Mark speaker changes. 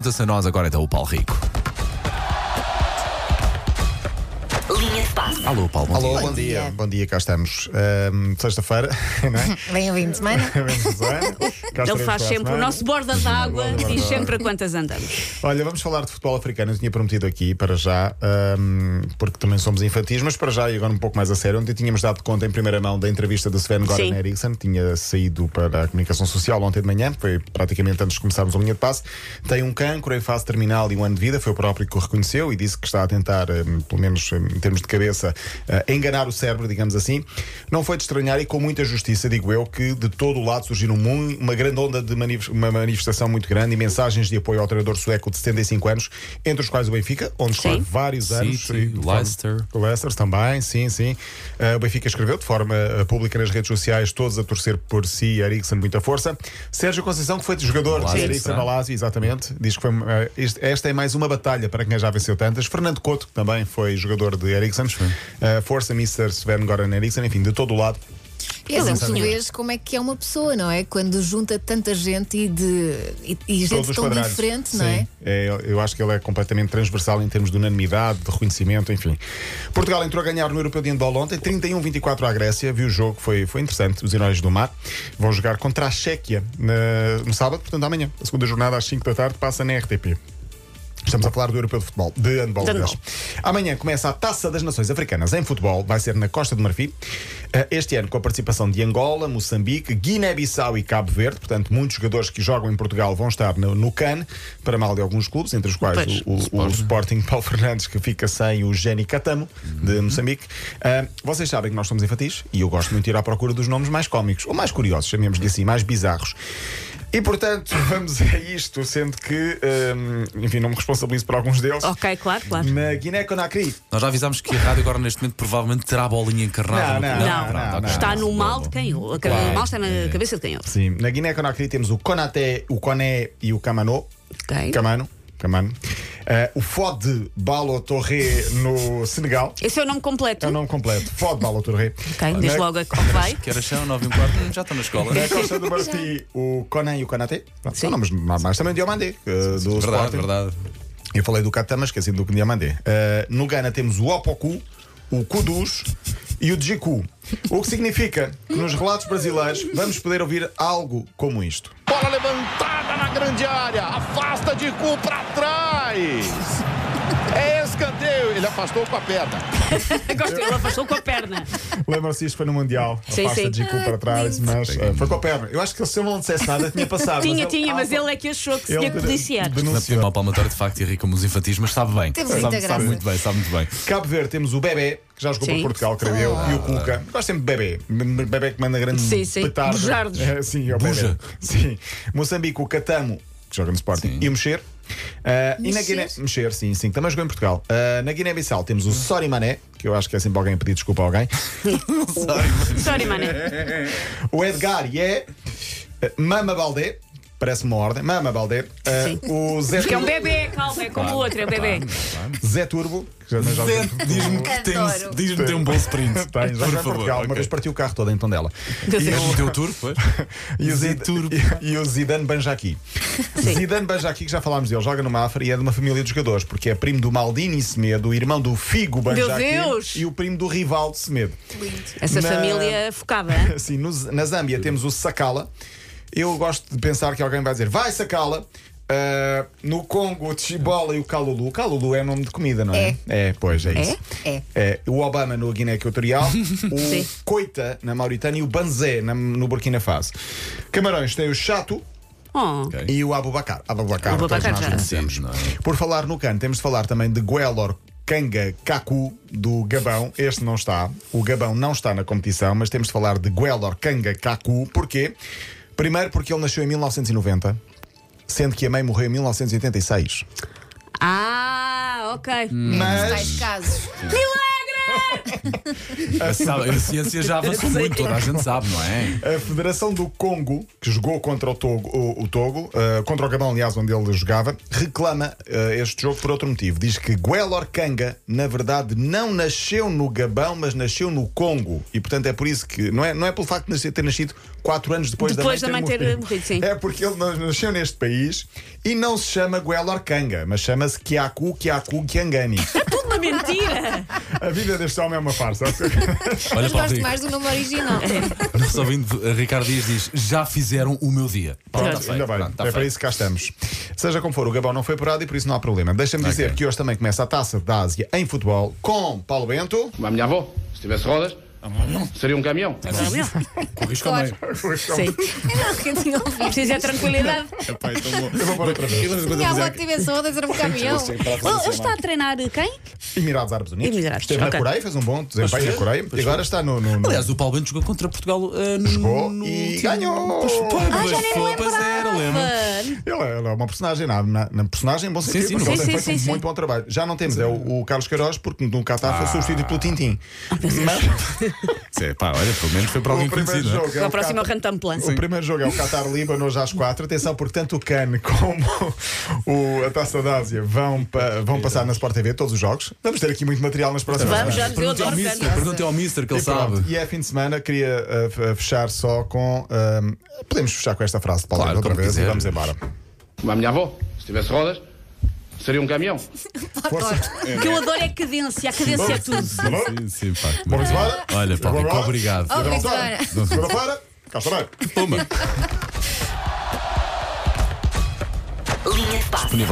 Speaker 1: Junta-se a nós agora então o Paulo Rico.
Speaker 2: Linha de passe.
Speaker 1: Alô, Paulo. Bom
Speaker 3: Alô,
Speaker 1: dia.
Speaker 3: bom, dia. Bom dia, cá estamos. Ahm, Sexta-feira, não é?
Speaker 4: Bem ouvindo assim, semana.
Speaker 3: Vem Suzana. Cá estaremos
Speaker 2: Ele
Speaker 3: para a
Speaker 2: faz sempre o
Speaker 3: semana.
Speaker 2: nosso borda d'água,
Speaker 3: Borda
Speaker 2: diz
Speaker 3: d'água.
Speaker 2: sempre a quantas andamos.
Speaker 3: Olha, vamos falar de futebol africano. Eu tinha prometido aqui para já, ahm, porque também somos infantis, mas para já e agora um pouco mais a sério. Ontem tínhamos dado conta em primeira mão da entrevista do Sven
Speaker 2: Sim.
Speaker 3: Goran Eriksson, tinha saído para a comunicação social ontem de manhã, foi praticamente antes de começarmos a linha de passe. Tem um cancro em fase terminal e um ano de vida, foi o próprio que o reconheceu e disse que está a tentar, ahm, pelo menos ahm, em termos de cabeça, ah, enganar o cérebro, digamos assim. Não foi de estranhar e com muita justiça, digo eu, que de todo o lado surgiram mu- uma grande onda de manif- uma manifestação muito grande e mensagens de apoio ao treinador sueco de 75 anos, entre os quais o Benfica, onde está
Speaker 2: Sim.
Speaker 3: há vários anos.
Speaker 1: sim,
Speaker 3: e de forma-
Speaker 1: Leicester.
Speaker 3: o Leicester também, sim, sim. Eh, o Benfica escreveu de forma eh, pública nas redes sociais, todos a torcer por si, Eriksen, muita força. Sérgio Conceição, que foi de jogador
Speaker 1: Sim.
Speaker 3: de Eriksen
Speaker 1: Sim.
Speaker 3: Balásio, exatamente, diz que foi, eh, este- esta é mais uma batalha para quem já venceu tantas. Fernando Couto, que também foi jogador de Eriksen. Eh, força, Mr. Sven Goran Eriksen, enfim, de todo o lado.
Speaker 4: E assim
Speaker 2: Exatamente.
Speaker 4: tu vês como é que é uma pessoa, não é? Quando junta tanta gente e, de, e, e
Speaker 3: todos
Speaker 4: gente
Speaker 3: os
Speaker 4: tão
Speaker 3: quadrados.
Speaker 4: diferente,
Speaker 3: Sim.
Speaker 4: não é?
Speaker 3: É, eu- Eu acho que ele é completamente transversal em termos de unanimidade, de reconhecimento, enfim. Portugal entrou a ganhar no Europeu de Handball ontem, 31-24 à Grécia. Vi o jogo, foi, foi interessante. Os Heróis do Mar vão jogar contra a Chequia na- no sábado, portanto amanhã. A segunda jornada às 5 da tarde passa na RTP. Estamos a falar do Europeu de Futebol, de handball.
Speaker 2: De
Speaker 3: aliás.
Speaker 2: handball.
Speaker 3: Amanhã começa a Taça das Nações Africanas em futebol, vai ser na Costa do Marfim. Eh, Este ano com a participação de Angola, Moçambique, Guiné-Bissau e Cabo Verde. Portanto, muitos jogadores que jogam em Portugal vão estar no, no CAN, para mal de alguns clubes, entre os quais
Speaker 2: Pois.
Speaker 3: o, o- o Sporting Paulo Fernandes, que fica sem o Jenny Catamo,
Speaker 2: Uhum.
Speaker 3: de Moçambique. Ah, vocês sabem que nós somos infantis e eu gosto muito de ir à procura dos nomes mais cómicos, ou mais curiosos, chamemos-lhe assim, mais bizarros. E portanto, vamos a isto, sendo que, ah, enfim, não me responsabilizo por alguns deles.
Speaker 2: Ok, claro, claro.
Speaker 3: Na Guiné-Conakry.
Speaker 1: Nós já avisámos que a rádio agora neste momento provavelmente terá a bolinha encarnada.
Speaker 3: Não,
Speaker 1: no-
Speaker 3: não,
Speaker 2: não,
Speaker 1: pronto,
Speaker 3: não,
Speaker 1: ok.
Speaker 3: não. é.
Speaker 2: Está no mal de quem ouve. O mal está na cabeça de quem ouve.
Speaker 3: Sim, na Guiné-Conakry temos o Konaté, o Koné e o Camano.
Speaker 2: Ok.
Speaker 3: Camano. Camano. Ah, o Fode Balo Torre no Senegal.
Speaker 2: Esse é o nome completo.
Speaker 3: É o nome completo. Fode Balo Torre.
Speaker 2: Ok, diz
Speaker 3: Na-
Speaker 2: logo a qual vai.
Speaker 1: Que horas são? 9 e um quarto? Hum, Já estão na escola.
Speaker 5: É.
Speaker 3: Na Costa do Marfim, o Conan e o Konaté. Pronto, São
Speaker 2: Sim.
Speaker 3: nomes normais também de Diomandé, eh,
Speaker 1: Verdade,
Speaker 3: do Sporting.
Speaker 1: verdade.
Speaker 3: Eu falei do Catama, esqueci do Diomandé. Eh, no Ghana temos o Opoku, o Kudus e o Djiku. O que significa que nos relatos brasileiros vamos poder ouvir algo como isto.
Speaker 5: Bola levantada na grande área. Afasta de cu pra trás. É escanteio. Ele afastou com a perna.
Speaker 2: Gosto que ele afastou com a perna.
Speaker 3: Lembram-se isto foi no Mundial.
Speaker 2: Sim,
Speaker 3: Afasta
Speaker 2: sim. Ah,
Speaker 3: Djiku para trás, mas eh, foi com a perna. Eu acho que se eu não dissesse nada tinha passado.
Speaker 2: Tinha,
Speaker 3: ele-
Speaker 2: tinha, mas ele é que achou que se tinha que
Speaker 3: ele
Speaker 2: policiar.
Speaker 1: Na
Speaker 3: denunciou.
Speaker 1: primeira palmatória, de facto, e ri como os infantis, mas sabe bem.
Speaker 4: Teve
Speaker 1: sabe,
Speaker 4: muita
Speaker 1: sabe
Speaker 4: graça.
Speaker 1: muito bem, sabe muito bem.
Speaker 3: Cabo Verde temos o Bebé, que já jogou
Speaker 2: Sim.
Speaker 3: para Portugal, creio eu, e
Speaker 1: Ah.
Speaker 3: o Cuca. Gosto sempre de Bebé. M- Bebé que manda grande
Speaker 2: Sim, sim.
Speaker 3: petarda.
Speaker 2: Bujardos.
Speaker 3: É, sim, é o Bebé.
Speaker 1: Buja.
Speaker 3: Sim. Moçambique, o Catamo, que joga no Sporting,
Speaker 1: Sim.
Speaker 3: e o Mexer. Ah, e na
Speaker 4: Mexer?
Speaker 3: Guiné... Mexer, sim, sim. que Também jogou em Portugal. Ah, na Guiné-Bissau temos o Sori Mané, que eu acho que é sempre alguém a pedir desculpa a alguém.
Speaker 2: Sorry, mané.
Speaker 3: O Edgar e é ah, Mama Baldé. Parece uma ordem. Mama Baldé. Ah,
Speaker 2: Sim.
Speaker 3: o Zé,
Speaker 2: Que é um bebê, calma, é como o outro, é um bebê.
Speaker 3: Zé Turbo. Que já, já jogou em Portugal.
Speaker 1: Diz-me que tem,
Speaker 4: Adoro.
Speaker 1: diz que tem um bom sprint.
Speaker 3: Tem, já
Speaker 1: Por
Speaker 3: jogou em
Speaker 1: favor,
Speaker 3: Portugal. Uma
Speaker 1: ok.
Speaker 3: vez partiu o carro todo em Tondela.
Speaker 2: Deus é
Speaker 1: Mas
Speaker 2: bom.
Speaker 1: no teu tour, pois?
Speaker 3: E o, Zid-
Speaker 1: Ziturbo.
Speaker 3: e o Zidane Banjaki.
Speaker 2: Sim.
Speaker 3: Zidane Banjaki, que já falámos dele, joga no Mafra e é de uma família de jogadores, porque é primo do Maldini Semedo, irmão do Figo Banjaki
Speaker 2: Deus!
Speaker 3: e o primo do Rivaldo Semedo.
Speaker 2: Essa
Speaker 3: Na-
Speaker 2: família focada. hein?
Speaker 3: Assim, no Z- na Zâmbia temos o Sakala. Eu gosto de pensar que alguém vai dizer vai Sakala. Ah, no Congo, o Chibola e o Kalulu. Kalulu é nome de comida, não é? É, pois é, isso.
Speaker 4: É?
Speaker 3: É, o Obama no Guiné Equatorial,
Speaker 2: Sim.
Speaker 3: o Coita na Mauritânia e o Banzé na- no Burkina Faso. Camarões tem o Chato,
Speaker 2: Oh,
Speaker 3: e o Abubacar. Abubacar,
Speaker 2: Abubakar
Speaker 3: todos nós
Speaker 2: já.
Speaker 3: conhecemos.
Speaker 1: Sim, não é?
Speaker 3: Por falar no cano, temos de falar também de Guelor Kanga Kaku do Gabão. Este não está. O Gabão não está na competição, mas temos de falar de Guelor Kanga Kaku. Porquê? Primeiro porque ele nasceu em 1990, sendo que a mãe morreu em 1986.
Speaker 2: Ah, ok.
Speaker 4: Tais
Speaker 3: Mas
Speaker 4: casos.
Speaker 2: Milagre!
Speaker 1: A, sabe- a ciência já avançou muito, toda a gente sabe, não é?
Speaker 3: A Federação do Congo, que jogou contra o Togo, o- o Togo, eh, contra o Gabão, aliás, onde ele jogava, reclama eh, este jogo por outro motivo. Diz que Guelor Kanga, na verdade, não nasceu no Gabão, mas nasceu no Congo. E, portanto, é por isso que. Não é, não é pelo facto de nascer- ter nascido quatro anos depois,
Speaker 2: Depois
Speaker 3: da mãe ter, morrido.
Speaker 2: sim.
Speaker 3: É porque ele nas- nasceu neste país e não se chama Guelor Kanga, mas chama-se Kiaku Kiaku Kiangani.
Speaker 2: Tudo uma mentira!
Speaker 3: A vida deste homem é uma farsa.
Speaker 1: Olha
Speaker 4: Mas
Speaker 1: para o
Speaker 4: gosto
Speaker 1: Rico.
Speaker 4: mais do nome original.
Speaker 1: Nosso ouvinte eh, Ricardo Dias diz: Já fizeram o meu dia.
Speaker 3: Hum.
Speaker 1: Pronto, tá feito,
Speaker 3: Ainda bem,
Speaker 1: pronto, tá
Speaker 3: é para
Speaker 1: feito.
Speaker 3: isso que cá estamos. Seja como for, o Gabão não foi apurado e por isso não há problema. Deixa-me dizer
Speaker 1: Ok.
Speaker 3: que hoje também começa a taça da Ásia em futebol com Paulo Bento.
Speaker 6: Como a minha avó, se tivesse rodas, seria um caminhão.
Speaker 2: Não, não.
Speaker 1: Com risco ao meio.
Speaker 2: Sim.
Speaker 4: Eu não tinha ouvido.
Speaker 2: Precisa de tranquilidade.
Speaker 3: Eu vou pôr outra vez.
Speaker 4: Minha avó tivesse rodas, era um caminhão.
Speaker 2: Ele ele está a treinar quem?
Speaker 3: Emirados Árabes Unidos.
Speaker 2: Emirados,
Speaker 3: Esteve
Speaker 2: ok.
Speaker 3: na Coreia, fez um bom desempenho na Coreia e agora está no. no, no-
Speaker 1: Aliás, o Paulo Bento jogou contra Portugal eh, no.
Speaker 3: Jogou
Speaker 1: no
Speaker 3: e
Speaker 1: último-
Speaker 3: ganhou.
Speaker 1: Pois foi,
Speaker 3: Ah,
Speaker 1: pois foi, pois era, lembro.
Speaker 2: Lembra?
Speaker 3: Ele é, ele é uma personagem, na, na, na personagem, em bom sentido,
Speaker 1: sim,
Speaker 3: porque
Speaker 1: sim, Ah.
Speaker 3: ele tem
Speaker 2: sim,
Speaker 3: feito
Speaker 2: sim,
Speaker 3: um
Speaker 2: sim.
Speaker 3: muito bom trabalho. Já não temos, é o, o Carlos Queiroz, porque no Catar foi substituído pelo Tintim.
Speaker 1: Sim, pá, olha, pelo menos foi para alguém
Speaker 3: o primeiro
Speaker 1: conhecido. não é?
Speaker 3: jogo é
Speaker 2: Na
Speaker 3: o
Speaker 2: próxima
Speaker 3: Qatar-
Speaker 2: Rantam Plan.
Speaker 3: O primeiro jogo é o Qatar-Líbano hoje às quatro. Atenção, porque tanto o CAN como o- a Taça da Ásia vão, pa- vão passar na Sport TV todos os jogos. Vamos ter aqui muito material nas próximas
Speaker 2: Vamos,
Speaker 3: semanas.
Speaker 2: vamos, eu
Speaker 1: Perguntem ao
Speaker 2: adoro
Speaker 1: Mister,
Speaker 2: Cannes.
Speaker 1: perguntem ao Mister que ele
Speaker 3: E, pronto,
Speaker 1: sabe.
Speaker 3: e é fim de semana, queria uh, f- fechar só com. um, podemos fechar com esta frase de Paulo
Speaker 1: Claro,
Speaker 3: outra
Speaker 1: como
Speaker 3: vez e
Speaker 1: quiser.
Speaker 3: vamos embora.
Speaker 6: Como a minha avó, se tivesse rodas, seria um caminhão.
Speaker 2: O que eu adoro é a cadência, a cadência é tudo.
Speaker 1: Sim, sim, pá.
Speaker 3: Vamos embora?
Speaker 1: Olha, Paulo Rico, obrigado.
Speaker 4: Obrigada.
Speaker 3: Segunda-feira, cá estarei.
Speaker 1: Puma.
Speaker 7: Linha de passe.
Speaker 1: Disponível